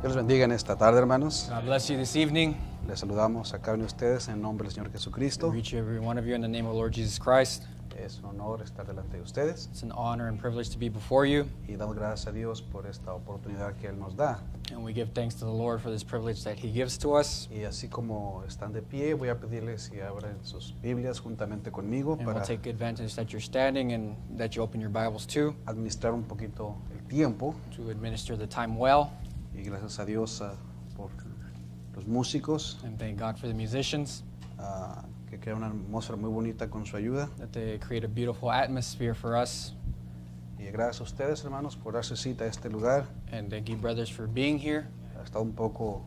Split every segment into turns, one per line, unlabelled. Dios les bendiga en esta tarde, hermanos.
God bless you this evening.
Les saludamos a cada uno de ustedes en nombre del Señor
We
Jesucristo.
reach every one of you in the name of the Lord Jesus Christ.
Es un honor estar delante de ustedes
It's an honor and privilege to be before you,
y damos gracias a Dios por esta oportunidad que Él nos da.
and we give thanks to the Lord for this privilege that He gives to us.
Y así como están de pie, voy a pedirles si abren sus Biblias juntamente conmigo
And
para
we'll take advantage that you're standing and that you open your Bibles too
administrar un poquito el tiempo.
to administer the time well.
Y gracias a Dios ah, por los músicos
And thank God for the musicians
ah, que crean una atmósfera muy bonita con su ayuda.
that they create a beautiful atmosphere for us.
Y gracias a ustedes, hermanos, por darse cita a este lugar.
And thank you, brothers, for being here.
Ha estado un poco,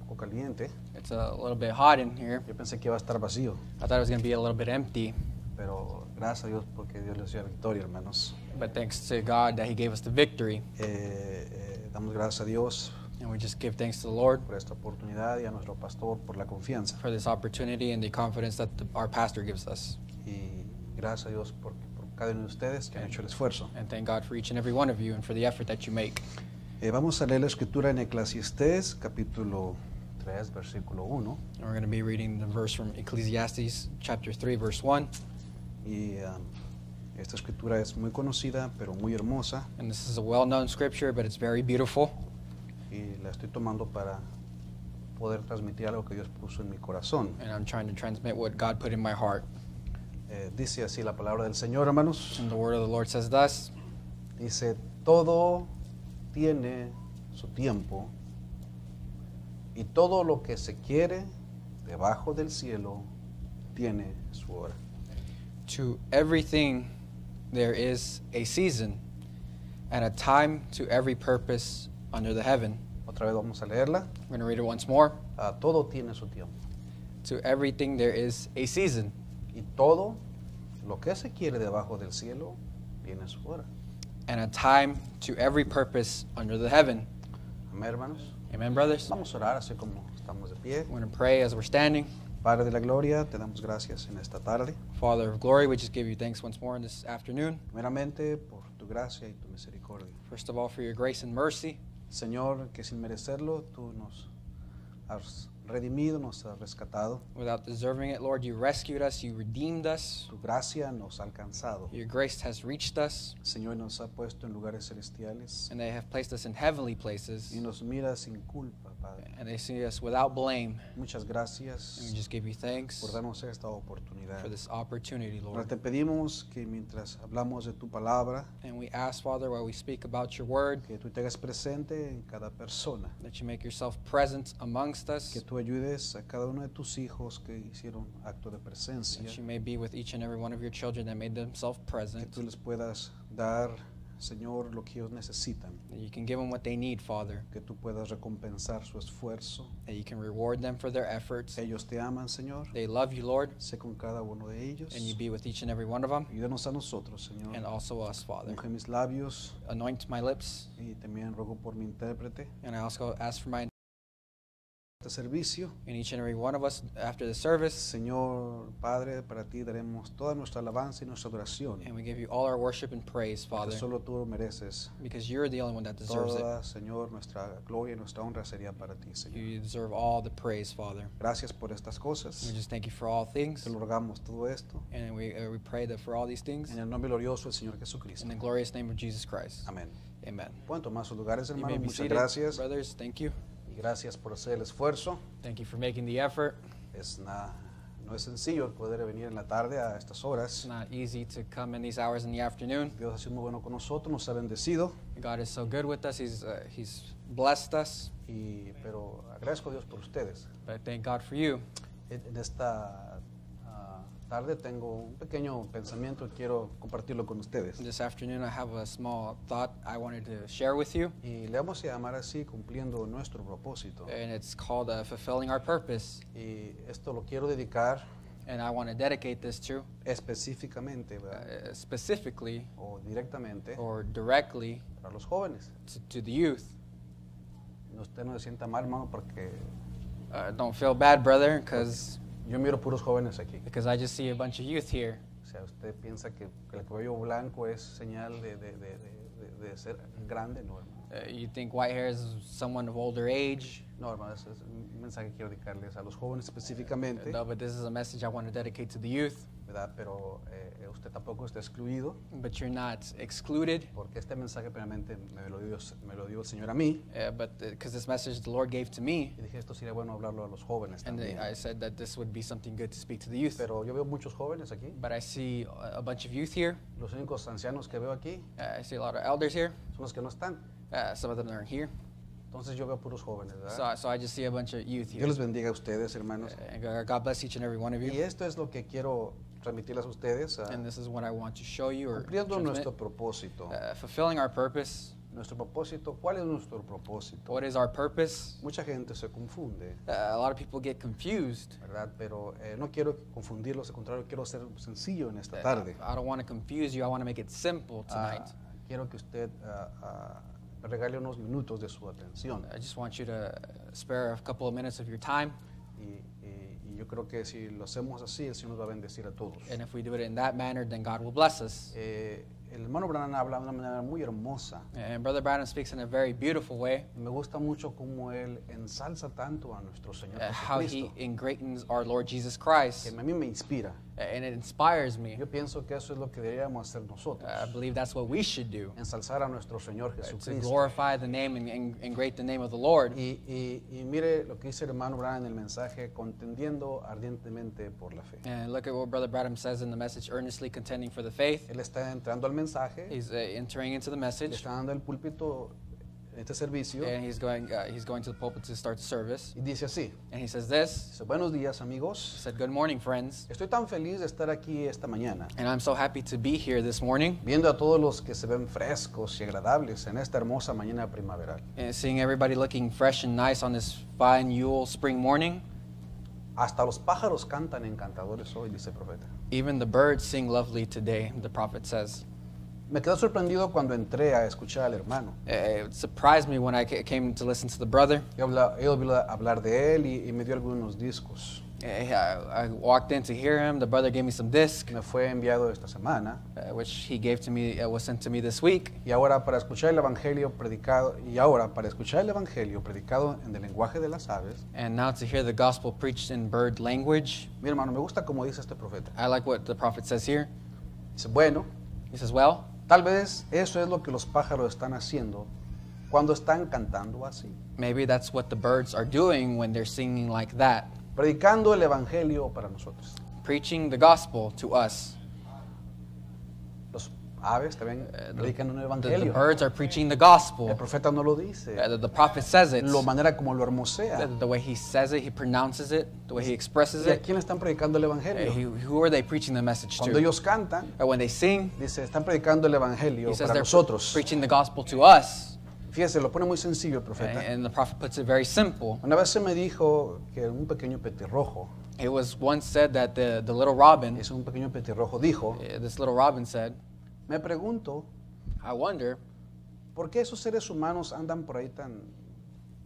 un poco caliente.
It's a little bit hot in here.
Yo pensé que iba a estar vacío,
I thought it was going to be a little bit empty,
pero gracias a Dios porque Dios les dio la victoria, hermanos.
but thanks to God that He gave us the victory.
Eh, eh, damos gracias a Dios
And we just give thanks to the Lord
por esta oportunidad y a nuestro pastor por la confianza.
for this opportunity and the confidence that the, our pastor gives us.
Y gracias a Dios por, por cada uno de ustedes que han hecho el esfuerzo.
And thank God for each and every one of you and for the effort that you make.
Eh, vamos a leer la escritura en Eclesiastés, capítulo 3, versículo 1.
And we're going to be reading the verse from Ecclesiastes chapter 3 verse 1,
Y ah, esta escritura es muy conocida, pero muy hermosa.
and this is a well-known scripture, but it's very beautiful,
Y la estoy tomando para poder transmitir algo que Dios puso en mi corazón.
and I'm trying to transmit what God put in my heart.
Eh, dice así la palabra del Señor, hermanos.
And the word of the Lord says thus:
Dice, todo tiene su tiempo y todo lo que se quiere debajo del cielo tiene su hora.
To everything there is a season and a time to every purpose under the heaven.
Otra vez vamos a leerla.
I'm going to read it once more.
Ah, todo tiene su tiempo
To everything there is a season
y todo lo que se quiere debajo del cielo tiene su hora.
and a time to every purpose under the heaven.
Amén, hermanos.
Amen, brothers.
Vamos a orar así como estamos de pie.
We're going to pray as we're standing.
Padre de la Gloria, te damos gracias en esta tarde.
Father of glory, we just give you thanks once more in this afternoon.
Primeramente por tu gracia y tu misericordia.
First of all, for your grace and mercy.
Señor, que sin merecerlo tú nos has redimido, nos has rescatado.
Without deserving it, Lord, you rescued us, you redeemed us,
Tu gracia nos ha alcanzado.
your grace has reached us,
Señor, nos ha puesto en lugares celestiales
and they have placed us in heavenly places,
y nos mira sin culpa, Padre.
and they see us without blame.
Muchas
And we
gracias
just give you thanks
por darnos esta oportunidad.
for this opportunity,
Ahora
Lord.
te pedimos que mientras hablamos de tu palabra,
And we ask, Father, while we speak about your word,
que tú te hagas presente en cada persona,
that you make yourself present amongst
que
us,
tú ayudes a cada uno de tus hijos que hicieron acto de presencia,
that you may be with each and every one of your children that made themselves
que
present,
tú les puedas dar, Señor, lo que ellos necesitan.
that you can give them what they need, Father.
que tú puedas recompensar su esfuerzo.
that you can reward them for their efforts.
Ellos te aman, Señor.
They love you, Lord,
Sé con cada uno de ellos.
and you be with each and every one of them,
Ayúdanos a nosotros, Señor.
and also us, Father.
Unge mis labios
Anoint my lips,
y también ruego por mi intérprete.
and I also ask for my
Este servicio,
in each and every one of us after the service,
Señor Padre, para ti daremos toda nuestra alabanza y nuestra adoración.
and we give you all our worship and praise,
Porque
Father,
solo tú lo mereces.
because you're the only one that deserves it.
Toda, Señor, nuestra gloria y nuestra honra sería para ti, Señor.
You deserve all the praise, Father.
Gracias por estas
We
cosas.
just thank you for all things,
Te lo rogamos todo esto.
and we, uh, we pray that for all these things,
En el nombre glorioso del Señor
in
Jesucristo.
the glorious name of Jesus Christ.
Amén.
Amen.
Pueden tomar sus lugares,
You may
hermanos.
be
Muchas
seated,
gracias.
brothers. Thank you.
Y gracias por hacer el esfuerzo.
Thank you for making the effort.
Es na- no es sencillo poder venir en la tarde a estas
It's
horas.
not easy to come in these hours in the afternoon.
Dios ha sido muy bueno con nosotros, nos ha bendecido.
God is so good with us. He's, uh, he's blessed us.
Y, pero agradezco a Dios por ustedes.
But thank God for you.
En en esta ah, tarde tengo un pequeño pensamiento que quiero compartirlo con ustedes.
This afternoon, I have a small thought I wanted to share with you,
Y le vamos a llamar así cumpliendo nuestro propósito.
and it's called uh, Fulfilling Our Purpose.
Y esto lo quiero dedicar
And I want to dedicate this to
específicamente
uh,
¿verdad?
specifically
o directamente
or directly
a los jóvenes.
to, to the youth.
No, usted no se sienta mal, hermano, porque
Uh, don't feel bad, brother, because
yo miro puros jóvenes aquí.
because I just see a bunch of youth here.
O sea, usted piensa que el cabello blanco es señal de, de- de- de- de- de ser grande, no, hermano.
Uh, you think white hair is someone of older age.
No, hermano, ese es un mensaje que quiero dedicarles a los jóvenes específicamente,
Uh, No, but this is a message I want to dedicate to the youth.
¿verdad? Pero eh, usted tampoco está excluido,
But you're not excluded,
porque este mensaje primeramente me lo dio, me lo dio el Señor a mí,
uh, but because this message the Lord gave to me,
y dije, esto sería bueno hablarlo a los jóvenes
and eh,
también.
I said that this would be something good to speak to the youth.
Pero yo veo muchos jóvenes aquí,
But I see a a bunch of youth here.
los únicos ancianos que veo aquí
Uh, I see a lot of elders here.
son los que no están,
Uh, some of them aren't here.
entonces yo veo puros jóvenes, ¿verdad?
So, so I just see a bunch of youth
Dios
here.
les bendiga a ustedes, hermanos.
And uh, God bless each and every one of
Y
you.
esto es lo que quiero transmitirles a ustedes, ah,
And this is what I want to show you or
cumpliendo
transmit.
nuestro propósito.
Uh, fulfilling our purpose.
Nuestro propósito, ¿cuál es nuestro propósito?
What is our purpose?
Mucha gente se confunde,
Uh, a lot of people get confused.
¿verdad? Pero eh, no quiero confundirlos, al contrario, quiero ser sencillo en
Eh,
esta tarde.
I don't want to confuse you. I want to make it simple
Ah,
ah, tonight.
quiero que usted ah, ah, regale unos minutos de su atención.
I just want you to uh, spare a couple of minutes of your time.
Y, y- y yo creo que si lo hacemos así, el Señor nos va a bendecir a todos.
And if we do it in that manner, then God will bless us.
Eh, el hermano Branham habla de una manera muy hermosa.
And Brother Branham speaks in a very beautiful way
Me gusta mucho cómo él ensalza tanto a nuestro Señor
uh, how he
Jesucristo,
enlightens our Lord Jesus
que
Christ.
a mí me inspira.
And it inspires me. Uh,
Yo pienso que eso es lo que deberíamos hacer nosotros,
I believe that's what we should do uh,
ensalzar a nuestro Señor
Ah, pues, eh, to
Jesucristo.
glorify the name and, and, and great the name of the Lord.
Y, y- y mire lo que dice el hermano Branham en el mensaje, contendiendo ardientemente por la fe.
And look at what Brother Branham says in the message earnestly contending for the faith.
Él está entrando al mensaje,
He's uh, entering into the
le
message.
está dando el púlpito en este servicio
and he's going uh, he's going to the pulpit to start the service
y dice así,
and he says this
dice, buenos días
he
amigos,
said good morning friends
estoy tan feliz de estar aquí esta mañana,
and i'm so happy to be here this morning
viendo a todos los que se ven frescos y agradables en esta hermosa mañana primaveral.
and eh, seeing everybody looking fresh and nice on this fine yule spring morning
Hasta los pájaros cantan encantadores hoy, dice el profeta.
even the birds sing lovely today the prophet says
Me quedé sorprendido cuando entré a escuchar al hermano.
Uh, it surprised me when i ca- came to listen to the brother
Yo habla- yo oí hablar de él y, y me dio algunos discos.
Uh, I, I walked in to hear him the brother gave me some disc
Me fue enviado esta semana.
uh, which he gave to me uh, was sent to me this week
Y ahora para escuchar el evangelio predicado y ahora para escuchar el evangelio predicado en el lenguaje de las aves.
and now to hear the gospel preached in bird language
Mi hermano, me gusta como dice este profeta.
i like what the prophet says here
Dice, bueno,
he says well
tal vez eso es lo que los pájaros están haciendo cuando están cantando así,
Maybe that's what the birds are doing when they're singing like that,
predicando el evangelio para nosotros.
preaching the gospel to us.
Los aves también predican un
Eh, The, the
evangelio.
birds are preaching the
El
gospel.
profeta no lo dice.
Uh, The, the prophet says it.
La
The,
manera como lo hermosea.
the way he says it, he pronounces it, the way he expresses
¿Y a
it.
quién le están predicando el
Uh,
evangelio?
he- who are they preaching the message
Cuando
to?
ellos cantan,
Uh, when they sing,
dice, están predicando el evangelio
he says
para
they're
nosotros.
preaching the gospel to us.
Fíjese, lo pone muy sencillo el
And,
profeta.
and the prophet puts it very simple.
Una vez se me dijo que un pequeño petirrojo,
It was once said that the, the little robin,
es un pequeño petirrojo, dijo,
uh, this little robin said,
me pregunto,
I wonder
¿por qué esos seres humanos andan por ahí tan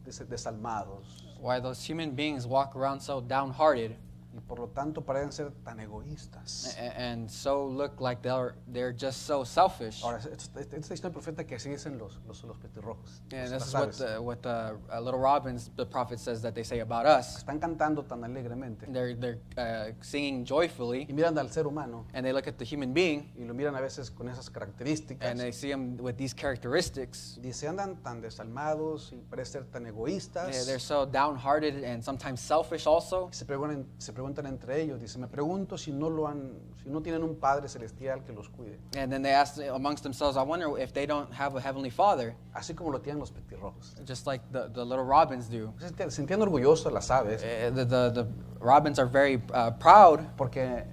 des- desalmados
why those human beings walk around so downhearted
y por lo tanto parecen ser tan egoístas?
A- and so look like they're they're just so selfish.
Ahora, esto- esto- esto está diciendo el profeta que así dicen los, los, los petirrojos.
And
los- las
this is what
aves.
the, what the uh, little robins, the prophet says that they say about us.
Están cantando tan alegremente
They're they're uh, singing joyfully,
y miran al ser humano
and they look at the human being
y lo miran a veces con esas características.
and they see him with these characteristics.
Dice, andan tan desalmados y parecen ser tan egoístas.
They- They're so downhearted and sometimes selfish also.
se preguntan, se preguntan entre ellos, dice, me pregunto si no lo han, si no tienen un Padre celestial que los cuide,
And then they ask amongst themselves, I wonder if they don't have a heavenly father,
así como lo tienen los petirrojos.
just like the, the little robins do.
Se sienten- se sentían orgullosos las aves
Uh, The, the, the robins are very uh, proud
porque eh,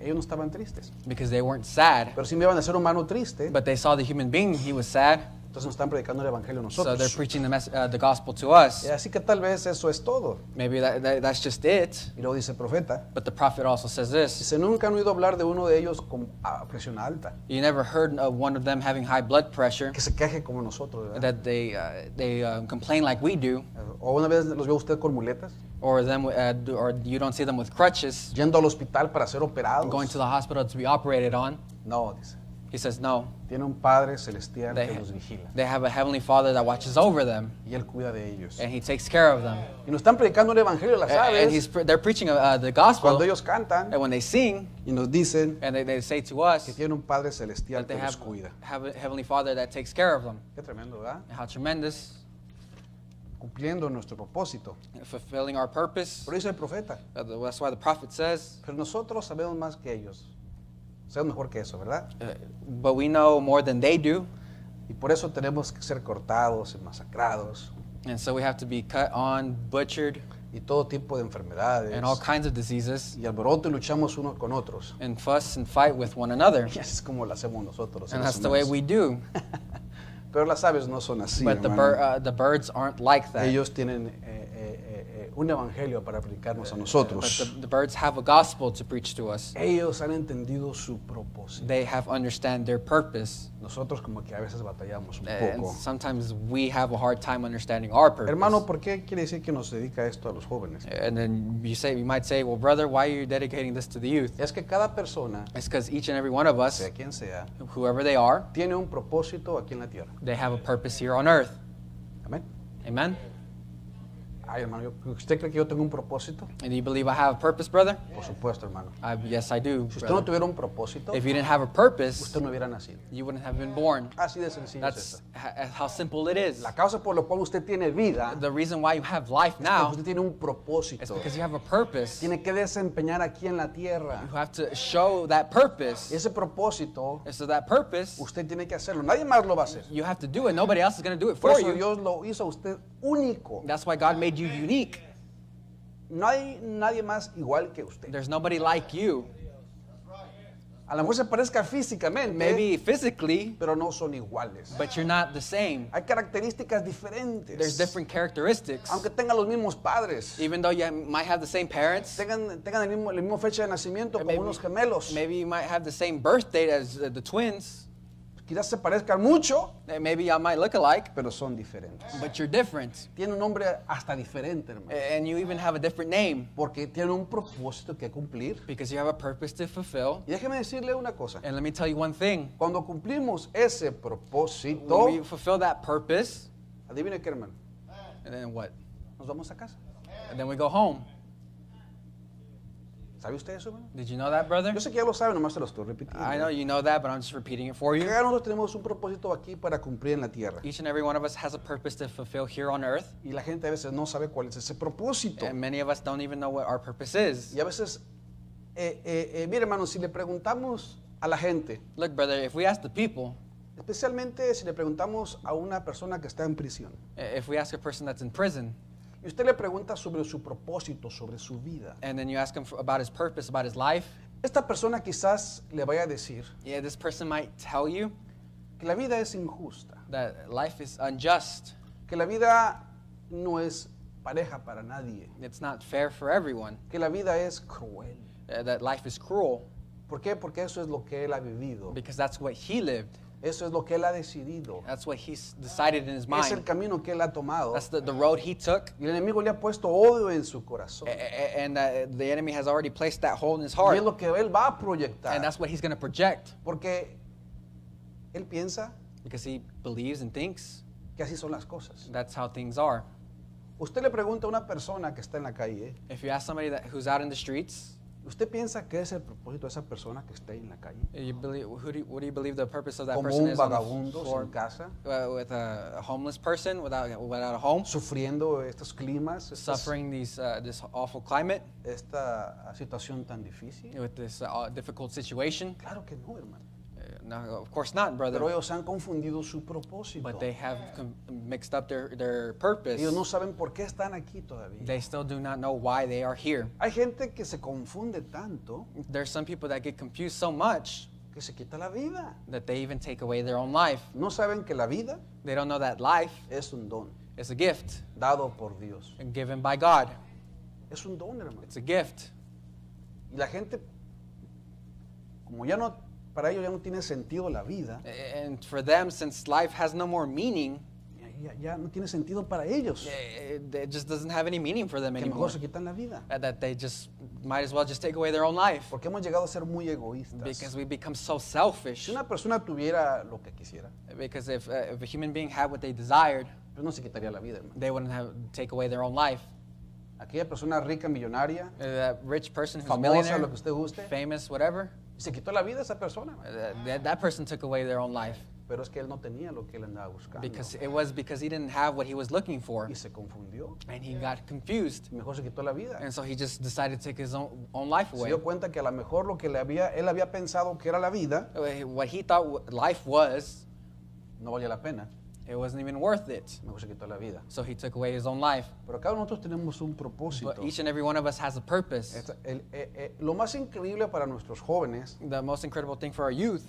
ellos no estaban tristes,
because they weren't sad,
pero si miraban al ser humano triste,
but they saw the human being, he was sad.
entonces nos están predicando el evangelio a
So they're
nosotros.
preaching the, mess- uh, the gospel to us.
Y Eh, Así que tal vez eso es todo.
Maybe that, that, that's just it.
Y luego dice el profeta,
But the prophet also says this
dice, nunca han oído hablar de uno de ellos con ah, presión alta,
You never heard of one of them having high blood pressure,
que se queje como nosotros, ¿verdad?
that they, uh, they uh, complain like we do,
O una vez los vio usted con muletas,
or, them, uh, do- or you don't see them with crutches
yendo al hospital para ser
going
operados.
to the hospital to be operated on.
No, dice.
He says, No,
Tiene un Padre Celestial
they,
que los vigila
they have a heavenly father that watches over them
y Él cuida de ellos.
and he takes care of them.
Y nos están predicando el Evangelio de las
A- And Eh, he's,
aves
Eh, pre- they're preaching uh, the gospel.
cuando ellos cantan
And when they sing
y nos dicen
and they, they say to us
que tiene un Padre
that
Celestial
they
que
have,
los cuida.
have a heavenly father that takes care of them.
Qué tremendo, ¿verdad?
And how tremendous,
Cumpliendo nuestro propósito.
fulfilling our purpose.
Por eso el profeta.
Uh, the- That's why the prophet says,
Pero nosotros sabemos más que ellos. Sabemos mejor que eso, ¿verdad?
uh, But we know more than they do.
Y por eso tenemos que ser cortados y masacrados
And so we have to be cut on, butchered,
y todo tipo de enfermedades.
and all kinds of diseases,
Y alboroto y luchamos unos con otros.
and fuss and fight with one another.
Y así es como lo hacemos nosotros. los
And
seres
that's the way
humanos.
we do.
Pero las aves no son así.
But the,
hermano.
bir- uh, the birds aren't like that.
Ellos tienen eh, eh, eh, eh, un evangelio para aplicarnos a
But the,
nosotros.
the birds have a gospel to preach to us.
Ellos han entendido su propósito.
They have understand their purpose.
Nosotros como que a veces batallamos un
And
poco.
sometimes we have a hard time understanding our purpose.
Hermano, ¿por qué quiere decir que nos dedica esto a los jóvenes?
and then you say, you might say, well, brother, why are you dedicating this to the youth?
Es que cada persona,
It's because each and every one of us,
sea quien sea,
whoever they are,
tiene un propósito aquí en la tierra.
they have a purpose here on earth.
Amén.
Amen.
Ay, hermano, yo- ¿usted cree que yo tengo un propósito?
And do you believe I have a purpose, brother?
Por supuesto, hermano.
I, yes, I do.
Si usted no
brother.
tuviera un propósito,
If you didn't have a purpose,
usted no hubiera nacido.
you wouldn't have been born.
Así de sencillo es
That's
esto.
h- how simple it is.
La causa por la cual usted tiene vida,
The reason why you have life
porque
now
usted tiene un
is
propósito.
because you have a purpose. You
Tiene que desempeñar aquí en la tierra.
have to show that purpose.
Ese propósito,
And so that purpose,
usted tiene que hacerlo. Nadie más lo va a hacer.
you have to do it. Nobody else is going to do it
Por
for
eso
you.
Dios lo hizo a usted único.
That's why God made you unique.
No hay nadie más igual que usted.
There's nobody like you.
A lo mejor se parezca físicamente,
Maybe physically,
pero no son iguales.
but you're not the same.
Hay características
There's
diferentes.
different characteristics.
Aunque tengan los mismos padres,
Even though you might have the same parents,
tengan, tengan el mismo, la misma fecha de nacimiento como
Maybe-
unos gemelos,
maybe you might have the same birth date as the, the twins,
quizás se parezcan mucho,
and maybe y'all might look alike,
pero son diferentes.
but you're different.
Tienen un nombre hasta diferente, hermano,
A- And you even have a different name
porque tienen un propósito que cumplir.
because you have a purpose to fulfill.
Y déjeme decirle una cosa.
And let me tell you one thing
Cuando cumplimos ese propósito,
when we fulfill that purpose,
adivine qué, hermano,
and then what?
nos vamos a casa.
And then we go home.
¿Sabe usted eso, hermano?
Did you know that, brother?
Yo sé que ya lo sabe, nomás se lo estoy repitiendo.
I know you know that, but I'm just repeating it for you.
Cada uno tenemos un propósito aquí para cumplir en la tierra.
Each and every one of us has a purpose to fulfill here on earth,
Y la gente a veces no sabe cuál es ese propósito.
and many of us don't even know what our purpose is.
Y a veces, eh, eh, eh, mire hermano, si le preguntamos a la gente,
Look, brother, if we ask the people,
especialmente si le preguntamos a una persona que está en prisión,
i- eh, if we ask a person that's in prison,
y usted le pregunta sobre su propósito, sobre su vida,
and then you ask him for, about his purpose, about his life,
esta persona quizás le vaya a decir
yeah, this person might tell you
que la vida es injusta,
that life is unjust,
que la vida no es pareja para nadie,
it's not fair for everyone,
que la vida es cruel.
uh, that life is cruel,
¿Por qué? Porque eso es lo que él ha vivido,
because that's what he lived,
eso es lo que él ha decidido,
that's what he's decided in his
es el
mind,
camino que él ha tomado.
that's the, the road he took,
Y el enemigo le ha puesto odio en su corazón.
a- a- a- and uh, the enemy has already placed that hole in his
Y
heart,
es lo que él va a proyectar.
and that's what he's going to project.
Porque él piensa
because he believes and thinks
que así son las cosas.
that's how things are.
Usted le pregunta a una persona que está en la calle,
If you ask somebody that, who's out in the streets,
¿usted piensa que es el propósito de esa persona que está ahí en la calle?
you believe, who do you, what do you believe the purpose of that
Como
person
un
is on the
vagabundo
floor?
sin casa,
Uh, with a, a homeless person without, without a home,
sufriendo estos climas, estas-
suffering these, uh, this awful climate,
esta situación tan difícil.
with this uh, difficult situation?
Claro que no, hermano.
Uh, no, of course not, brother.
Pero ellos han confundido su propósito.
But they have com- mixed up their, their purpose.
Ellos no saben por qué están aquí todavía.
They still do not know why they are here.
Hay gente que se confunde tanto
There's some people that get confused so much
que se quita la vida.
that they even take away their own life.
No saben que la vida
They don't know that life
es un don
is a gift.
dado por Dios.
and given by God.
Es un don, hermano.
It's a gift.
Y la gente, como ya no, para ellos ya no tiene sentido la vida,
And for them, since life has no more meaning,
ya, ya- ya no tiene sentido para ellos.
it it just doesn't have any meaning for them
Que
anymore.
mejor se quitan la vida.
Uh, That they just might as well just take away their own life
Porque hemos llegado a ser muy egoístas.
because we become so selfish.
si una persona tuviera lo que quisiera,
Because if, uh, if a human being had what they desired,
pues no se quitaría la vida, hermano.
they wouldn't have take away their own life.
Aquella persona rica, millonaria,
Uh, That rich person who's a
famosa,
millionaire,
lo que usted guste,
famous, whatever,
se quitó la vida esa persona, hermano.
uh, that, that person took away their own life
pero es que él no tenía lo que él andaba buscando
because it was because he didn't have what he was looking for,
y se confundió.
and he got confused,
y Mejor se quitó la vida.
and so he just decided to take his own, own life
Se
away.
dio cuenta que a lo mejor lo que le había, él había pensado que era la vida
Uh, What he thought w- life was,
no valía la pena.
it wasn't even worth it.
Mejor se quitó la vida.
So he took away his own life.
Pero cada uno de nosotros tenemos un propósito.
But each and every one of us has a purpose.
Esta- el- eh, eh, lo más increíble para nuestros jóvenes
The most incredible thing for our youth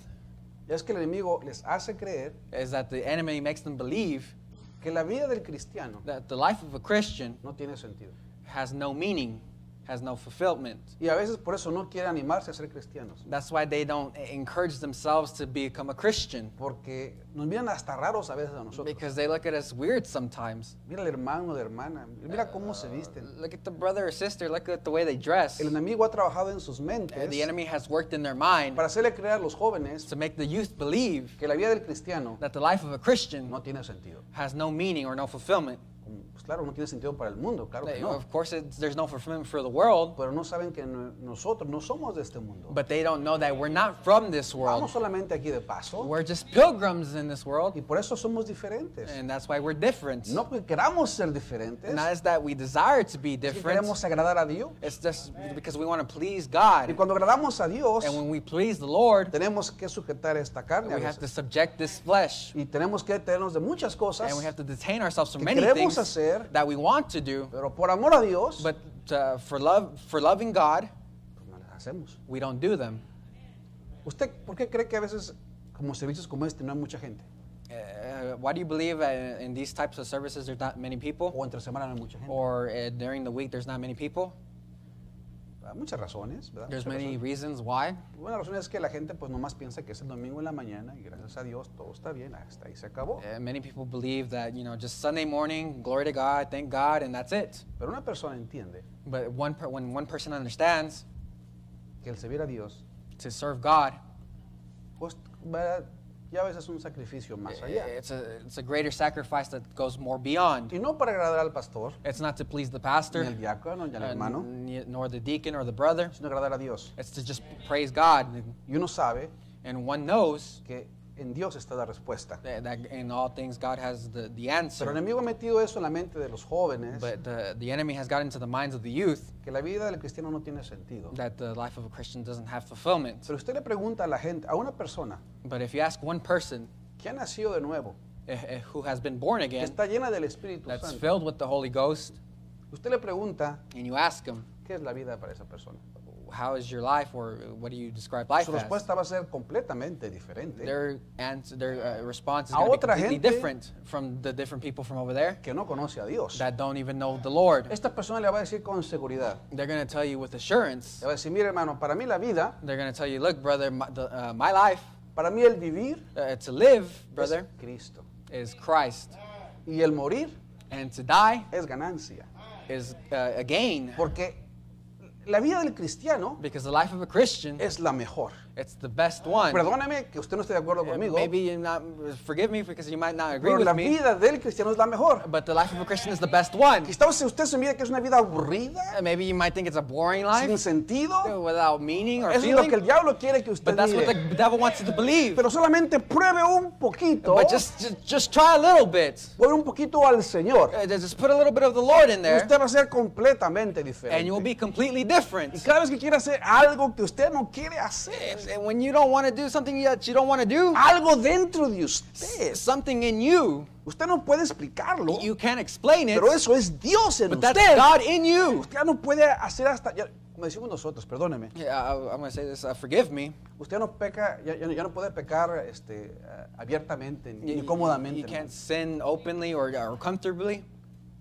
es que el enemigo les hace creer
is that the enemy makes them believe
que la vida del cristiano
that the life of a Christian
no tiene sentido.
has no meaning, has no fulfillment.
Y a veces por eso no quiere animarse a ser cristianos.
That's why they don't encourage themselves to become a Christian
Porque nos miran hasta raros a veces a nosotros.
because they look at us weird sometimes.
Mira el hermano de hermana, mira cómo se visten.
Look at the brother or sister, look at the way they dress.
El enemigo ha trabajado en sus
Uh, The
mentes
enemy has worked in their mind
para hacerle creer a los jóvenes
to make the youth believe
que la vida del cristiano
that the life of a Christian
no tiene sentido.
has no meaning or no fulfillment.
Pues claro, no tiene sentido para el mundo, claro que
They-
no.
Of course, it's, there's no fulfillment for the world,
Pero no saben que no- nosotros no somos de este mundo.
but they don't know that we're not from this
Vamos
world.
solamente aquí de paso.
We're just pilgrims in this
Y
world,
por eso somos diferentes.
and that's why we're different.
No porque queramos ser diferentes,
Not is that we desire to be
es que
different.
queremos agradar a Dios.
It's just because we want to please
Y
God.
cuando agradamos a Dios,
And when we please the Lord,
tenemos que sujetar esta carne a
we have to
veces.
subject this flesh.
y tenemos que detenernos de muchas cosas,
And we have to detain ourselves from
que
many
queremos
things
hacer,
that we want to do.
pero por amor a Dios,
But uh, for love, for loving God,
pues no las hacemos.
we don't do them.
¿Usted por qué cree que a veces como servicios como este no hay mucha gente?
Uh, why do you believe uh, in these types of services there's not many people?
O entre semana no hay mucha gente.
Or uh, during the week there's not many people?
Hay muchas razones, ¿verdad?
There's
Muchas
many
razones.
reasons why.
Una razón es que la gente pues nomás piensa que es el domingo en la mañana y gracias a Dios todo está bien, hasta ahí se acabó.
Uh, many people believe that, you know, just Sunday morning, glory to God, thank God, and that's it.
Pero una persona entiende
But one per- when one person understands
que el servir a Dios
to serve God,
pues, va- ya a veces es un sacrificio más allá.
eh, it's a, it's a greater sacrifice that goes more beyond.
Y no para agradar al pastor,
It's not to please the
ni al
pastor,
diácono, ni al
uh,
hermano,
n- nor the deacon or the brother.
sino agradar a Dios.
It's to just praise God.
Y uno sabe
And one knows
que en Dios está la respuesta.
that, that in all things God has the, the
Pero el
answer.
enemigo ha metido eso en la mente de los jóvenes,
But the, the enemy has got into the minds of the youth
que la vida del cristiano no tiene sentido.
that the life of a Christian doesn't have fulfillment.
Pero usted le pregunta a la gente, a una persona
But if you ask one person
que ha nacido de nuevo,
eh, eh, who has been born
que
again,
está llena del Espíritu
that's
Santo,
filled with the Holy Ghost,
usted le pregunta
and you ask him,
qué es la vida para esa persona.
how is your life, or what do you describe life
Su
as?
respuesta va a ser completamente diferente,
their answer, their uh, response is
A
going to be
otra
completely
gente-
different from the different people from over there
que no conoce a Dios.
that don't even know the Lord.
Esta persona le va a decir con seguridad,
They're going to tell you with assurance.
le va a decir, mire hermano, para mí la vida,
They're going to tell you, look, brother, my, the, uh, my life
para mí el vivir
uh, to live,
es
brother,
Cristo.
is Christ,
Y el morir
and to die
es ganancia.
is uh, a gain,
Porque la vida del cristiano
because the life of a Christian
es la mejor.
it's the best one.
Perdóname que usted no esté de acuerdo
Uh,
conmigo,
Maybe you not forgive me because you might not agree
pero la
with me,
vida del cristiano es la mejor.
but the life of a Christian is the best one.
Quizás usted se mire que es una vida aburrida,
Uh, Maybe you might think it's a boring
sin
life uh,
sentido.
without meaning or
Eso es lo
feeling.
que el diablo quiere que usted
But that's what
mire.
the devil wants you to believe.
Pero solamente pruebe un poquito,
But just, just just try a little bit.
pruebe un poquito al Señor.
Uh, Just put a little bit of the Lord in
Y
there,
usted va a ser completamente
and you will
diferente.
be completely
Y
different.
cada vez que quiera hacer algo que usted no quiere hacer,
And, and when you don't want to do something that you don't want to do,
algo dentro de usted,
something in you,
usted no puede explicarlo,
you can't explain it,
pero eso es Dios en
but that's
usted.
God in you.
Usted no puede hacer hasta, ya- como decimos nosotros, perdóneme,
Yeah, I, I'm going to say this. Uh, forgive me.
usted no peca, ya, ya no- ya no puede pecar este, eh, abiertamente ni, ni
You,
cómodamente.
you
hermano.
can't sin openly or, or comfortably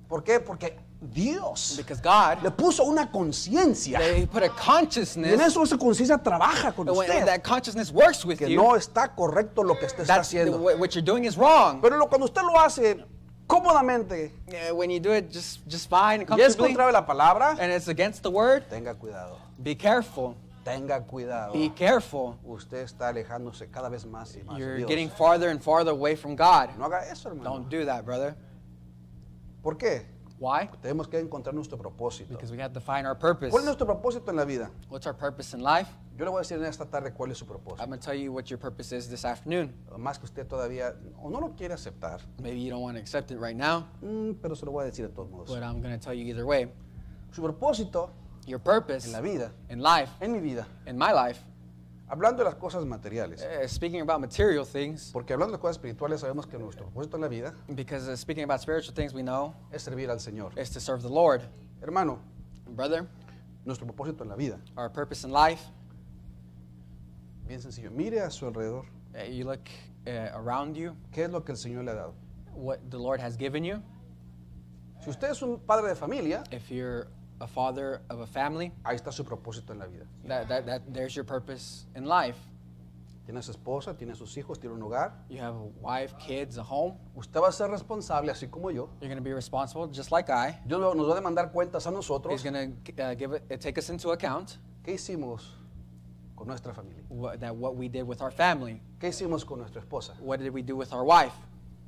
¿Por qué? Porque Dios
because
le
God
puso una conciencia.
they put a
Y en
consciousness,
eso esa conciencia trabaja con
and when
usted.
that consciousness works with
Que
you.
no está correcto lo que usted está
That's
haciendo.
what what you're doing is wrong.
Pero lo- cuando usted lo hace cómodamente
Yeah, Uh, when you do it just just fine,
y es
comfortably,
contra la palabra,
and it's against the word,
tenga cuidado,
be careful.
tenga cuidado.
Be careful.
Usted está alejándose cada vez más y más de
You're
Dios.
getting farther and farther away from God.
No haga eso, hermano.
Don't do that, brother.
¿Por qué?
Why?
Tenemos que encontrar nuestro propósito.
Because we have to find our purpose.
¿Cuál es nuestro propósito en la vida?
What's our purpose in life?
Yo le voy a decir en esta tarde cuál es su
I'm
propósito.
going to tell you what your purpose is this afternoon.
Más que usted todavía o no lo quiere aceptar,
Maybe you don't want to accept it right now,
mm, pero se lo voy a decir de todos modos.
but I'm going to tell you either way.
Su propósito
Your purpose
en la vida,
in life,
en mi vida,
in my life,
hablando de las cosas materiales,
eh, speaking about material things,
porque hablando de cosas espirituales sabemos que nuestro propósito en la vida
because uh, speaking about spiritual things, we know
es servir al Señor.
is to serve the Lord.
Hermano,
Brother,
nuestro propósito en la vida,
our purpose in life,
bien sencillo, mire a su alrededor,
uh, you look uh, around you,
¿qué es lo que el Señor le ha dado?
what the Lord has given you.
Si usted es un padre de familia,
If you're a father of a family,
ahí está su propósito en la vida.
that, that, that there's your purpose in life.
Tiene a su esposa, tiene a sus hijos, tiene un hogar.
You have a wife, kids, a home.
Usted va a ser responsable, así como yo.
You're going to be responsible, just like I.
Dios no- nos va a demandar cuentas a
He's
nosotros.
going to uh, give it, take us into account
¿Qué hicimos con nuestra familia?
what, that what we did with our family.
¿Qué hicimos con nuestra esposa?
What did we do with our wife?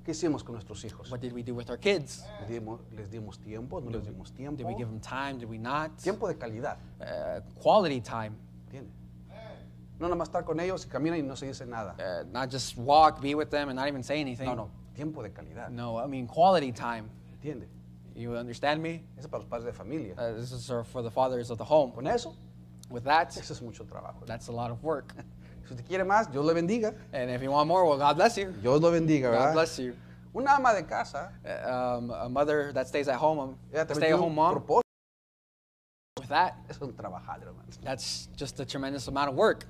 ¿Qué hicimos con nuestros hijos?
What did we do with our kids?
¿Les dimos, les dimos tiempo? ¿No les dimos tiempo?
Did we give them time? Did we not?
Tiempo de calidad.
Uh, quality time.
¿Entiende? No nomás estar con ellos y caminan y no se dice nada.
Uh, not just walk, be with them, and not even say anything.
No, no. Tiempo de calidad.
No, I mean quality time.
¿Entiende?
You understand me?
Eso es para los padres de familia.
Uh, this is for for the fathers of the home.
Con eso,
With that,
eso es mucho trabajo.
that's a lot of work.
Si usted quiere más, Dios le bendiga.
And if you want more, well, God bless you.
Dios lo bendiga,
God
¿verdad?
bless you.
Una ama de casa,
Uh, Um, a mother that stays at home,
ella
a
también tiene
stay-at-home
un
mom.
propósito.
With that,
Es un trabajador, hermano.
that's just a tremendous amount of work.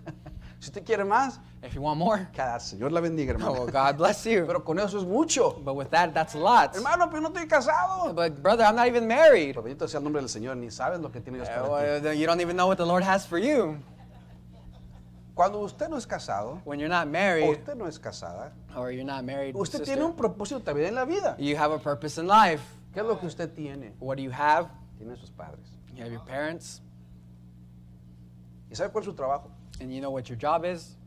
Si usted quiere más,
If you want more,
que al Señor la bendiga,
oh,
hermano.
well, God bless you.
Pero con eso es mucho.
But with that, that's a lot.
Hermano, pero no estoy casado.
But brother, I'm not even married.
Pero bendito sea el nombre del Señor, ni sabes lo que tiene Dios
Uh,
para ti.
well, you don't even know what the Lord has for you.
Cuando usted no es casado,
When you're not
o
married,
usted no es casada,
or you're not married,
Oh. usted
sister,
tiene un propósito también en la vida.
you have a purpose in life.
¿Qué es lo que usted tiene?
What do you have?
Tiene a sus padres.
You have your parents,
¿Y sabe cuál es su trabajo?
and you know what your job is.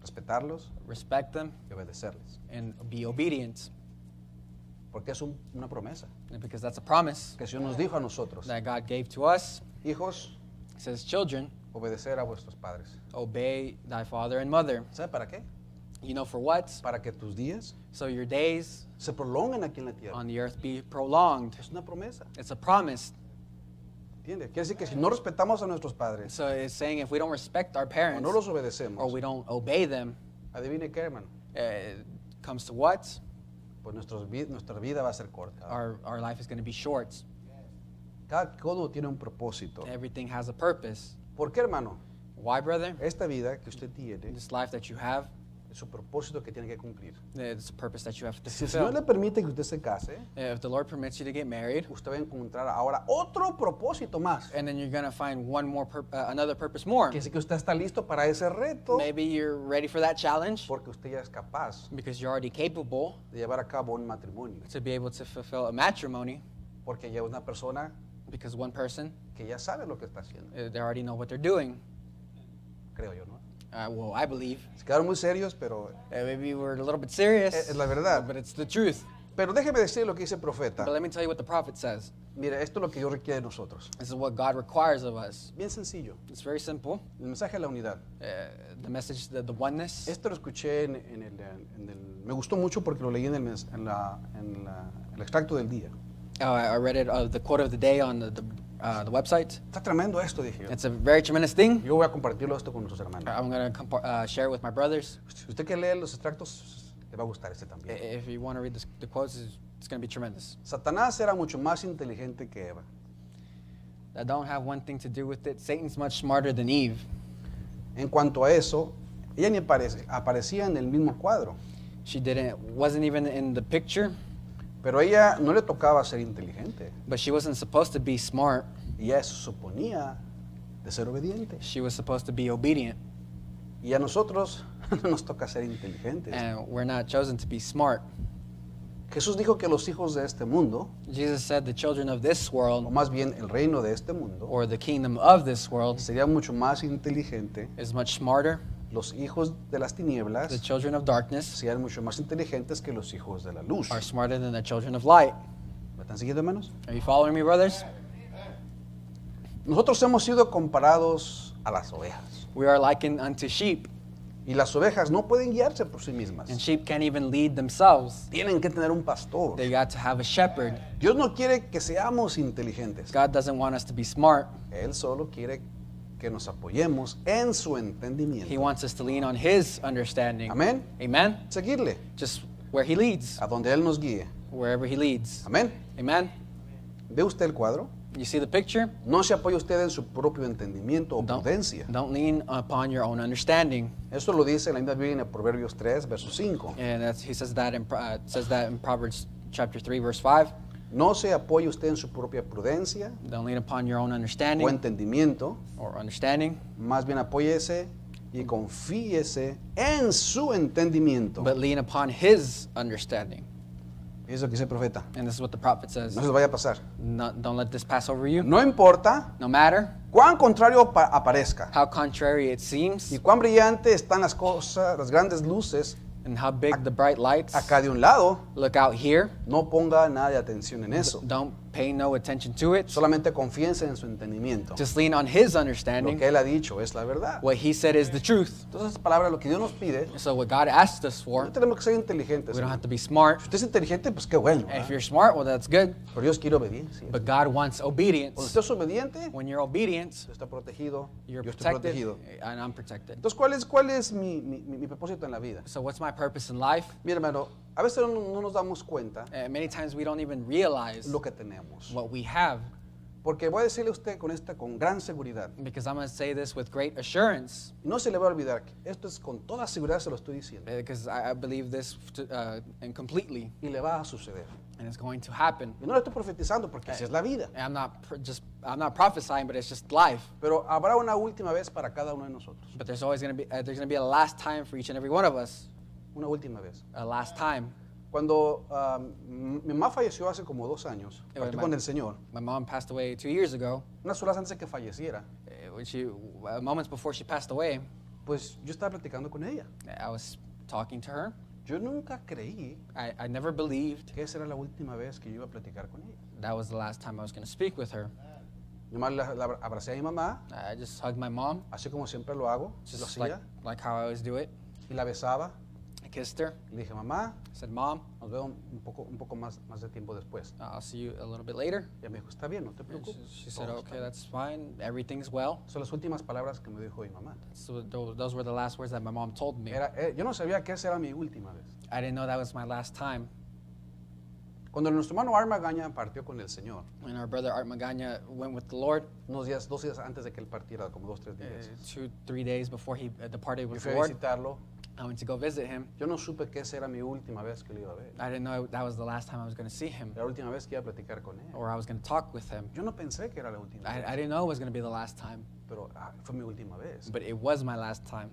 Respetarlos
Respect them
y obedecerles.
and be obedient,
Porque es un- una promesa
because that's a promise
que Dios nos dijo a nosotros.
that God gave to us.
Hijos,
It says, "Children,
obedecer a vuestros padres.
obey thy father and mother."
¿Sabe para qué?
You know for what?
Para que tus días
So your days
se prolonguen aquí en la tierra.
on the earth be prolonged.
Es una promesa.
It's a promise.
¿Entiende? Quiere decir que si no respetamos a nuestros padres,
So it's saying if we don't respect our
o
parents
no los
or
obedecemos,
Oh, we don't obey them,
adivine qué, hermano.
uh, it comes to what?
Pues nuestros vi- nuestra vida va a ser corta.
Our, our life is going to be short.
Cada codo tiene un propósito.
Everything has a purpose.
¿Por qué, hermano?
Why, brother?
Esta vida que usted tiene
This life that you have,
es su propósito que tiene que cumplir.
it's a purpose that you have to
Si el Señor
fulfill. Uh,
le permite que usted se case,
If the Lord permits you to get married,
usted va a encontrar ahora otro propósito más.
and then you're going to find one more, pur- uh, another purpose more.
Quiere decir que usted está listo para ese reto
Maybe you're ready for that challenge
porque usted ya es capaz
because you're already capable
de llevar a cabo un matrimonio.
to be able to fulfill a matrimony
Porque ya es una persona
because one person,
que ya sabe lo que está haciendo,
uh, they already know what they're doing.
creo yo, ¿no?
Uh, well, I believe.
Se quedaron muy serios, pero
Uh, maybe we're a little bit
es,
serious,
es Eh, la verdad.
but it's the truth.
Pero déjeme decir lo que dice el
But
profeta.
let me tell you what the prophet says.
Mira, esto es lo que Dios requiere de nosotros.
This is what God requires of us.
Bien sencillo.
It's very simple.
El mensaje de la unidad.
Uh, the message, the, the oneness.
Esto lo escuché en, en el, en el- Me gustó mucho porque lo leí en el, mens- en la- en la- el extracto del día.
Uh, I read it, uh, the quote of the day on the, the, uh, the website.
Está tremendo esto, dije yo.
It's a very tremendous thing.
Yo voy a compartirlo esto con nuestros hermanos.
I'm going to compa- uh, share it with my brothers.
Si usted que lee los extractos, le va a gustar este
I-
también.
If you want to read this, the quotes, it's, it's going to be tremendous.
Satanás era mucho más inteligente que Eva.
That don't have one thing to do with it. Satan's much smarter than Eve.
En cuanto a eso, ella ni aparece, aparecía en el mismo cuadro,
She didn't, wasn't even in the picture,
pero a ella no le tocaba ser inteligente.
but she wasn't supposed to be smart.
Ella se suponía de ser obediente.
She was supposed to be obedient.
Y a
Eh.
nosotros nos toca ser inteligentes.
And we're not chosen to be smart.
Jesús dijo que los hijos de este mundo,
Jesus said the children of this
o
world
más bien el reino de este mundo,
or the kingdom of this world
sería mucho más inteligente.
is much smarter.
Los hijos de las
The
tinieblas
children of darkness
serían mucho más inteligentes que los hijos de la luz.
are smarter than the children of light.
¿Me están siguiendo, hermanos?
Are you following me, brothers?
Nosotros hemos sido comparados a las ovejas.
We are likened unto sheep,
Y las ovejas no pueden guiarse por sí mismas.
and sheep can't even lead themselves.
Tienen que tener un pastor.
They got to have a shepherd.
Dios no quiere que seamos inteligentes.
God doesn't want us to be smart.
Él solo quiere que nos apoyemos en su
He
entendimiento.
wants us to lean on His understanding.
Amén.
Amen.
Seguirle
Just where He leads,
a donde Él nos guíe.
wherever He leads.
Amén.
Amen.
¿Ve usted el cuadro?
You see the picture?
No se apoya usted en su propio entendimiento o prudencia.
don't lean upon your own understanding.
Eso lo dice la misma Biblia en el Proverbios 3, verso 5.
And that's, he says that in Pro- uh, says that in Proverbs chapter three verse five.
No se apoya usted en su propia prudencia
Don't lean upon your own
o
understanding
entendimiento.
or understanding,
Más bien apóyese y confíese en su entendimiento.
but lean upon His understanding.
Eso que dice el profeta.
And this is what the prophet says.
No se les vaya a pasar.
No, don't let this pass over you.
No importa
No matter
cuán contrario pa- aparezca
how contrary it seems
y cuán brillante están las cosas, las grandes luces
and how big the bright lights
acá de un lado,
look out here,
no ponga nada de atención en eso.
don't pay no attention to it.
Solamente confíense en su entendimiento.
Just lean on His
Lo
understanding.
que él ha dicho es la verdad.
What He said is the truth.
Entonces, esa palabra, lo que Dios nos pide,
So what God asked us for,
no tenemos que ser inteligentes.
we don't have
hermano.
to be smart.
Si usted es inteligente, pues qué bueno. ¿verdad?
If you're smart, well, that's good.
Pero Dios quiere obediencia.
But God wants
Cuando
obedience.
usted es obediente,
When you're obedient,
usted está protegido.
you're
yo estoy
protected,
protegido.
and I'm protected.
Entonces, ¿cuál es, cuál es mi, mi- mi- mi propósito en la vida?
So, what's my purpose in life?
Mira, hermano, a veces no, no nos damos cuenta
Uh, many times we don't even realize
lo que tenemos.
what we have.
Porque voy a decirle a usted con esta con gran seguridad.
Because I'm going to say this with great assurance,
No se le va a olvidar. que Esto es con toda seguridad se lo estoy diciendo.
because eh, I, I believe this to, uh, and completely,
Y le va a suceder.
and it's going to happen.
Y no lo estoy profetizando porque así es la vida.
And I'm not pr- just I'm not prophesying, but it's just life.
Pero habrá una última vez para cada uno de nosotros.
But there's always going to be uh, there's going to be a last time for each and every one of us.
Una última vez.
A last time.
Cuando ah, m- mi mamá falleció hace como dos años,
Eh,
partí
ma-
con el Señor,
My mom passed away two years ago.
unas horas antes de que falleciera,
uh, When she uh, moments before she passed away,
pues yo estaba platicando con ella.
I was talking to her.
Yo nunca creí
I, I never believed
que esa era la última vez que yo iba a platicar con ella.
that was the last time I was going to speak with her.
Nomás la, la abra- abracé a mi mamá,
I just hugged my mom,
así como siempre lo hago, lo
just like,
hacía,
like how I always do it.
y la besaba.
I kissed her.
Le dije, mamá,
I said, Mom,
nos veo un un poco, un poco más, más de tiempo después.
I'll see you a little bit later.
Ella me dijo, está bien, no te
And
preocupes.
she, she said,
todo
Okay,
está bien".
that's fine. Everything's well.
Son las últimas palabras que me dijo mi mamá.
So tho- those were the last words that my mom told me.
Era, eh, yo no sabía que esa era mi última vez.
I didn't know that was my last time.
Cuando nuestro hermano Armagaña partió con el Señor,
When our brother Art Magana went with the Lord
unos días, dos días antes de que él partiera, como dos, tres
uh,
días.
two, three days before he uh, departed
Yo
with
fui
the
a
Lord,
visitarlo.
I went to go visit him.
Yo no supe que esa era mi última vez que lo iba a ver.
I didn't know that was the last time I was going to see him
Era la última vez que iba a platicar con él.
or I was going to talk with him.
Yo no pensé que era la última
I,
vez,
I didn't know it was going to be the last time,
pero ah, fue mi última vez.
but it was my last time.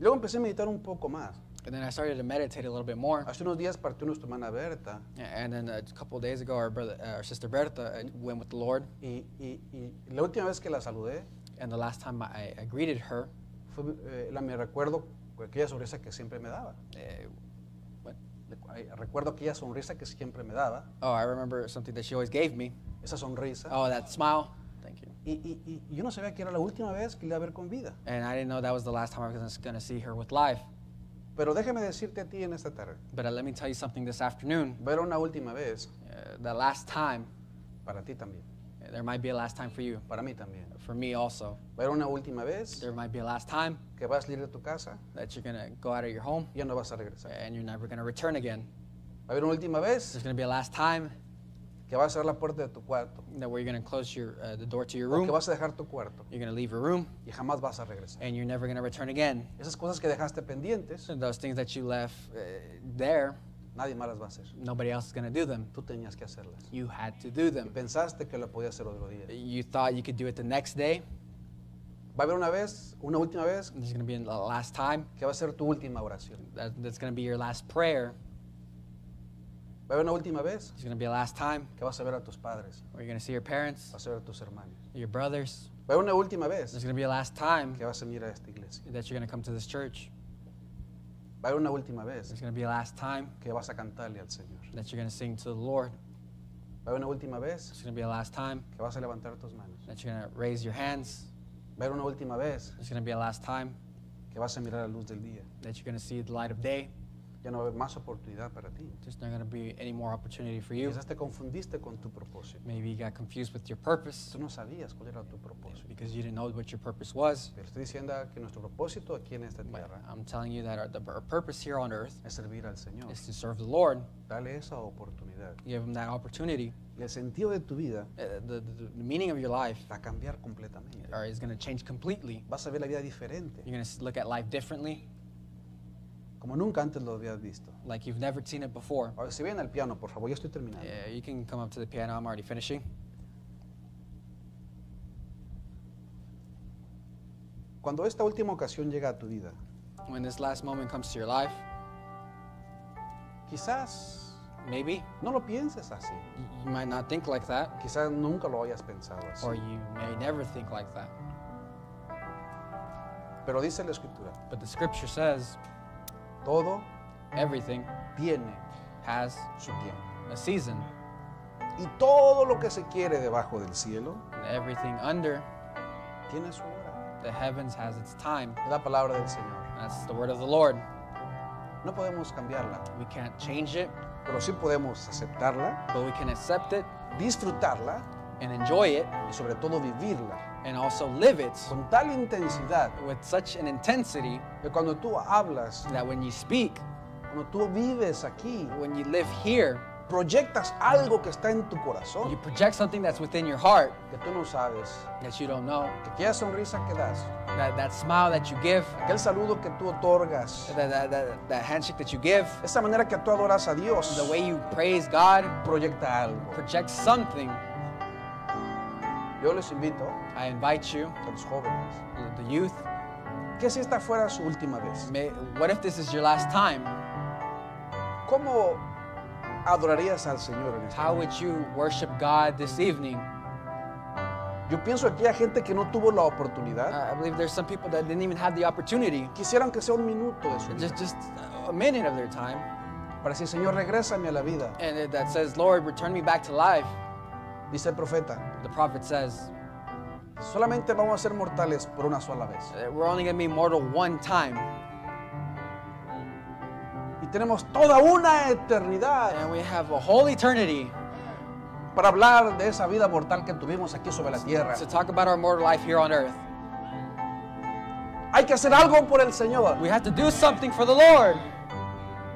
Luego empecé a meditar un poco más.
And then I started to meditate a little bit more.
Hace unos días partió nuestra hermana Berta
And then a couple of days ago, our brother, uh, our sister Berta uh, went with the Lord.
y, y- y la última vez que la saludé
And the last time I, I greeted her,
fue, eh, la, me recuerdo aquella sonrisa que siempre me daba.
uh, what-
Ay, Recuerdo aquella sonrisa que siempre me daba,
oh, I remember something that she always gave me.
esa sonrisa.
Oh, that smile. Thank you.
Y, y- y- y yo no sabía que era la última vez que la iba a ver con vida.
And I didn't know that was the last time I was going to see her with life.
Pero déjame decirte a ti en esta tarde,
But uh, let me tell you something this afternoon.
ver una última vez
Uh, the last time,
para ti también,
uh, there might be a last time for you,
para mí también.
for me also.
Ver una última vez
There might be a last time
que vas a salir de tu casa
that you're going to go out of your home
y ya no vas a regresar.
and you're never going to return again.
Va a haber una última vez
There's going to be a last time
que vas a cerrar la puerta de tu cuarto,
that where you're going to close your uh, the door to your
o
room.
que vas a dejar tu cuarto
You're going to leave your room
y jamás vas a regresar.
and you're never going to return again.
Esas cosas que dejaste pendientes,
So those things that you left uh, there,
nadie más las va a hacer.
nobody else is going to do them.
Tú tenías que hacerlas.
You had to do
Y
them.
pensaste que lo podías hacer otro día.
You thought you could do it the next day.
Va a haber una vez, una última vez,
There's going to be a last time.
que va a ser tu última oración.
That, that's going to be your last prayer.
Va a haber una última vez
There's going to be a last time
que vas a ver a tus padres,
where you're going to see your parents,
vas a ver a tus hermanos.
your brothers.
Va a haber una última vez
There's going to be a last time
que vas a venir a esta iglesia.
that you're going to come to this church.
Va a haber una última vez
There's going to be a last time
que vas a cantarle al Señor.
that you're going to sing to the Lord.
Va a haber una última vez
There's going to be a last time
que vas a levantar tus manos.
that you're going to raise your hands.
Va a haber una última vez
There's going to be a last time
que vas a mirar la luz del día.
that you're going to see the light of day.
Ya no va a haber más oportunidad para ti.
There's not going to be any more opportunity for you.
Quizás te confundiste con tu propósito.
Maybe you got confused with your purpose
Tú no sabías cuál era tu propósito.
because you didn't know what your purpose was.
Pero estoy diciendo que nuestro propósito aquí en esta
But
tierra
I'm telling you that our, the, our purpose here on earth
es servir al Señor.
is to serve the Lord.
Dale esa oportunidad.
Give Him that opportunity.
Y el sentido de tu vida
Uh, The, the, the meaning of your life
va a cambiar completamente.
or is going to change completely.
Vas a ver la vida diferente,
You're going to look at life differently,
como nunca antes lo habías visto.
like you've never seen it before.
Ahora, si ven al piano, por favor, yo estoy terminando.
Yeah, you can come up to the piano. I'm already finishing.
Cuando esta última ocasión llega a tu vida,
When this last moment comes to your life,
quizás
maybe
no lo pienses así.
you you might not think like that,
Quizás nunca lo hayas pensado así.
or you may never think like that.
Pero dice la Escritura,
But the scripture says
todo
everything
tiene
has
su tiempo.
a season,
Y todo lo que se quiere debajo del cielo
and everything under
tiene su hora.
the heavens has its time.
Es la palabra del Señor.
That's the word of the Lord.
No podemos cambiarla,
We can't change it,
pero sí podemos aceptarla,
but we can accept it
disfrutarla
and enjoy it
y sobre todo vivirla
and also live it
con tal intensidad
with such an intensity
que cuando tú hablas,
that when you speak,
cuando tú vives aquí,
when you live here,
proyectas algo que está en tu
you
corazón,
project something that's within your heart
que tú no sabes,
that you don't know.
que aquella sonrisa que das,
That, that smile that you give,
aquel saludo que tú otorgas,
that, that, that, that handshake that you give,
esa manera que tú adoras a Dios,
the way you praise God
proyecta algo.
projects something.
Yo les invito
I invite you,
a los jóvenes
the the youth,
que si esta fuera su última vez,
may, what if this is your last time?
¿cómo adorarías al Señor en esta?
How would you worship God this evening?
Yo pienso aquí a gente que no tuvo la oportunidad,
I I believe there's some people that didn't even have the opportunity,
quisieran que sea un minuto de su vida,
just just a minute of their time,
para decir, Señor, regrésame a la vida,
and it- that says, "Lord, return me back to life."
dice el profeta.
The prophet says,
Solamente vamos a ser mortales por una sola vez.
that "We're only gonna be mortal one time,
Y tenemos toda una eternidad
and we have a whole eternity
para hablar de esa vida mortal que tuvimos aquí sobre la tierra.
to talk about our mortal life here on earth."
Hay que hacer algo por el Señor,
We have to do something for the Lord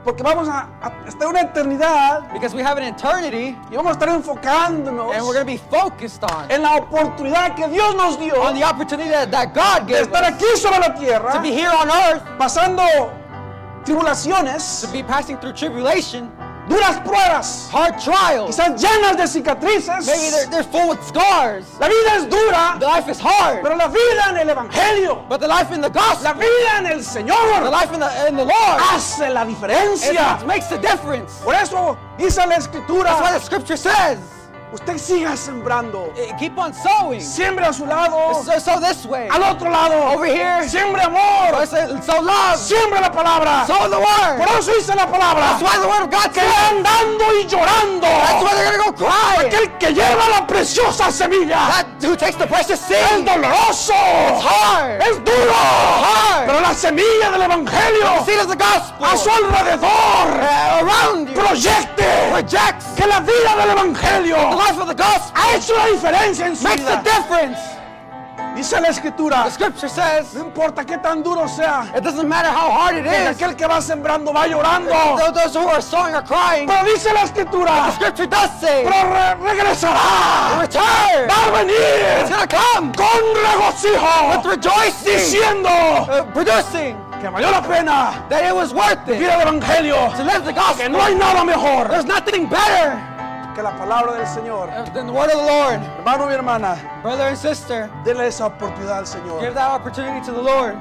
porque vamos a, a estar una eternidad
because we have an eternity,
y vamos a estar
and we're gonna
enfocándonos
be focused on
en la oportunidad que Dios nos dio
on the opportunity that, that God
de
gave
estar
us
aquí sobre la tierra.
to be here on earth,
pasando tribulaciones,
to be passing through tribulation,
duras pruebas,
hard trials.
quizás llenas de
Maybe they're,
cicatrices.
they're full with scars.
La vida es dura,
The life is hard,
pero la vida en el Evangelio,
but the life in the
la
gospel,
vida en el
the
Señor
life in the in the Lord,
hace la
is
diferencia.
what makes the difference.
Por eso dice la
That's why
Escritura,
the Scripture says,
usted siga sembrando,
eh, keep on sowing.
siembre a su lado,
So, so this way,
al otro lado,
over here.
siembre amor,
so, so love,
siembre la palabra.
sow the
Por
word.
eso dice la palabra,
That's why the word of God
que
says.
andando y llorando,
That's Oh. why they're gonna go cry.
aquel que lleva la preciosa semilla.
That who takes the precious
es
seed.
doloroso,
It's hard.
es duro,
Hard.
pero la semilla del
The
Evangelio
seed of the gospel.
a su alrededor
Around you.
proyecte
Rejects
que la vida del Evangelio
the life of the gospel.
ha hecho la diferencia en su
Makes the
vida.
difference.
Dice la Escritura,
The scripture says.
no importa qué tan duro sea,
It doesn't matter how hard it
porque
is.
aquel que va sembrando va llorando,
Tho- Those who are sowing are crying.
pero dice la Escritura,
The scripture does say,
pero re- regresará,
return.
va a
It's
venir
gonna come.
con regocijo,
Rejoicing,
diciendo
uh, producing
que valió la pena
that it was worth
ir
it
al Evangelio.
to live the
que
gospel.
no hay nada mejor
There's nothing better
que la palabra del Señor.
than the word of the Lord,
Hermano y hermana,
brother and sister.
denle esa oportunidad al
Give
Señor.
that opportunity to the Lord.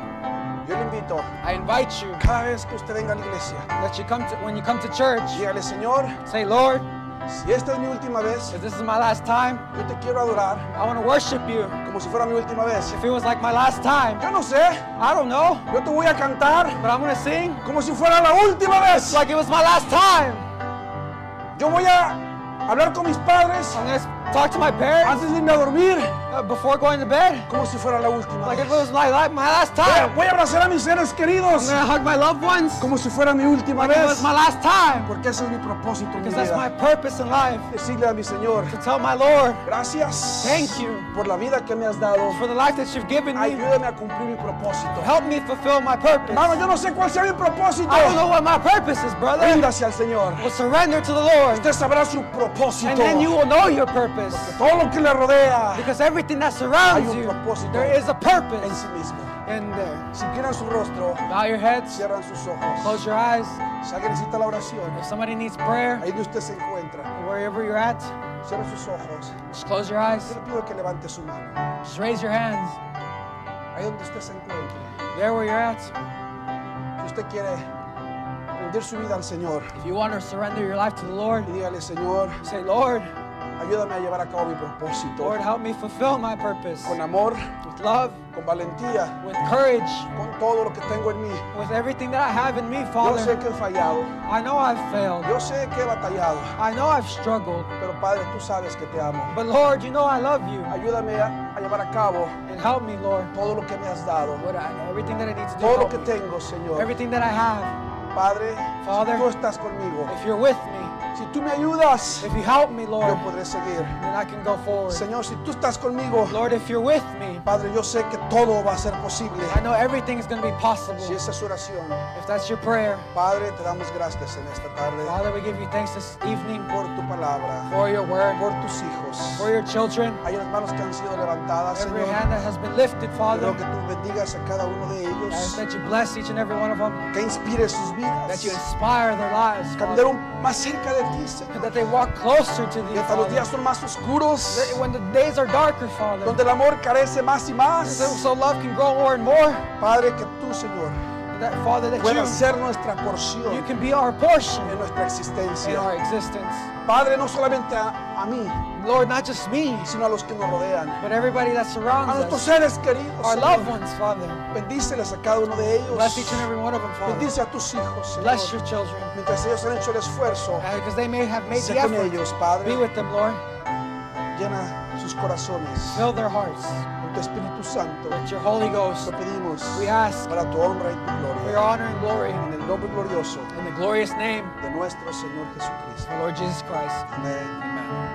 Yo le invito,
I invite you
cada vez que usted venga a la iglesia,
that you come to, when you come to church,
dígale, Señor,
say, Lord,
si esta es mi última vez,
if this is my last time,
yo te quiero adorar
I want to worship you.
como si fuera mi última vez.
If it was like my last time,
Yo no sé,
I don't know,
yo te voy a cantar
but I'm going to sing
como si fuera la última vez.
like it was my last time.
Yo voy a hablar con mis padres
I'm going to talk to my parents
antes de irme a dormir
uh, before going to bed
como si fuera la última
like
vez. Ah,
if it was my, like my last time.
Voy a abrazar a mis seres
I'm
queridos
going to hug my loved ones
como si fuera mi última
like it was
vez.
my last time
Porque ese es mi propósito en mi
because that's my
vida.
purpose in life
Decirle a mi Señor,
to tell my Lord
gracias
Thank you.
por la vida que me has dado.
for the life that you've given me.
Ayúdame a cumplir mi propósito.
Help me fulfill my purpose.
Hermano, yo no sé cuál sea mi propósito.
I don't know what my purpose is, brother.
Ríndase al Señor.
Well, surrender to the Lord,
Usted sabrá su propósito.
and then you will know your purpose.
Todo lo que le rodea
Because everything that surrounds
Hay un
you,
propósito.
there is a
en
purpose
sí mismo.
in there.
Si quieren su rostro,
Bow your heads,
cierran sus ojos.
close your eyes.
Si alguien necesita la oración,
If somebody needs prayer,
ahí donde usted se encuentra,
wherever you're at,
cierre sus ojos.
just close your eyes,
Yo le pido que levante su mano.
just raise your hands.
Ahí donde usted se encuentra.
There where you're at,
Si usted quiere rendir su vida al Señor,
if you want to surrender your life to the Lord,
y dígale, Señor,
say, Lord,
ayúdame a llevar a cabo mi propósito.
Lord, help me fulfill my purpose
Con amor,
with love,
con valentía,
with courage,
con todo lo que tengo en mí.
with everything that I have in me,
Yo sé
Father.
que he fallado,
I know I've failed.
yo sé que he batallado,
I know I've struggled,
pero Padre, tú sabes que te amo.
but Lord, you know I love you.
Ayúdame a, a llevar a cabo
And help me, Lord.
todo lo que me has dado,
Lord, I, everything that I need to do.
todo lo
help
que
me.
tengo, Señor.
Everything that I have.
Padre, si
Father,
tú estás conmigo,
If you're with me,
si tú me ayudas,
if you help me, Lord,
yo podré seguir.
then I can go forward.
Señor, si tú estás conmigo,
Lord, if you're with me,
Padre, yo sé que todo va a ser posible.
I know everything is going to be possible.
Si esa es su oración,
If that's your prayer,
Padre, te damos gracias en esta tarde
Father, we give you thanks this evening
por tu palabra,
for your word,
por tus hijos.
for your children,
Hay unas manos que han sido levantadas,
every
Señor.
hand that has been lifted,
Quiero
Father.
que tú bendigas a cada uno de
I ask
ellos,
that you bless each and every one of them,
que inspires sus
that
vidas,
you inspire their lives,
caminar
Father,
un- más cerca de ti, Señor.
that they walk closer to thee,
Que hasta los
Father.
días son más oscuros,
That when the days are darker, Father,
donde el amor carece más y
so,
más.
so love can grow more and more.
Padre, que tú, Señor,
That Father, that
puedas
you,
ser nuestra
you
porción
can be our portion
en nuestra
in our
existencia.
existence.
Padre, no solamente a, a mí,
Lord, not just me,
sino a los que nos rodean,
but everybody that surrounds
a nuestros
us,
seres queridos.
our
Señor.
loved ones, Father.
Bendíceles a cada uno de
Bless each and
ellos.
every one of them, Father.
Bendice a tus hijos,
Bless
Señor.
your children,
Mientras ellos han hecho el esfuerzo,
because they may have made
sé
the
con
effort.
ellos,
Be
Padre.
with them, Lord.
Llena sus corazones
Fill their hearts
con tu Espíritu Santo.
with your Holy Ghost
Lo pedimos
We ask
para tu honra y tu
for your
gloria.
honor and glory
En el nombre glorioso
in the glorious name
de nuestro Señor Jesucristo.
of Lord Jesus Christ.
Amén.
Amen.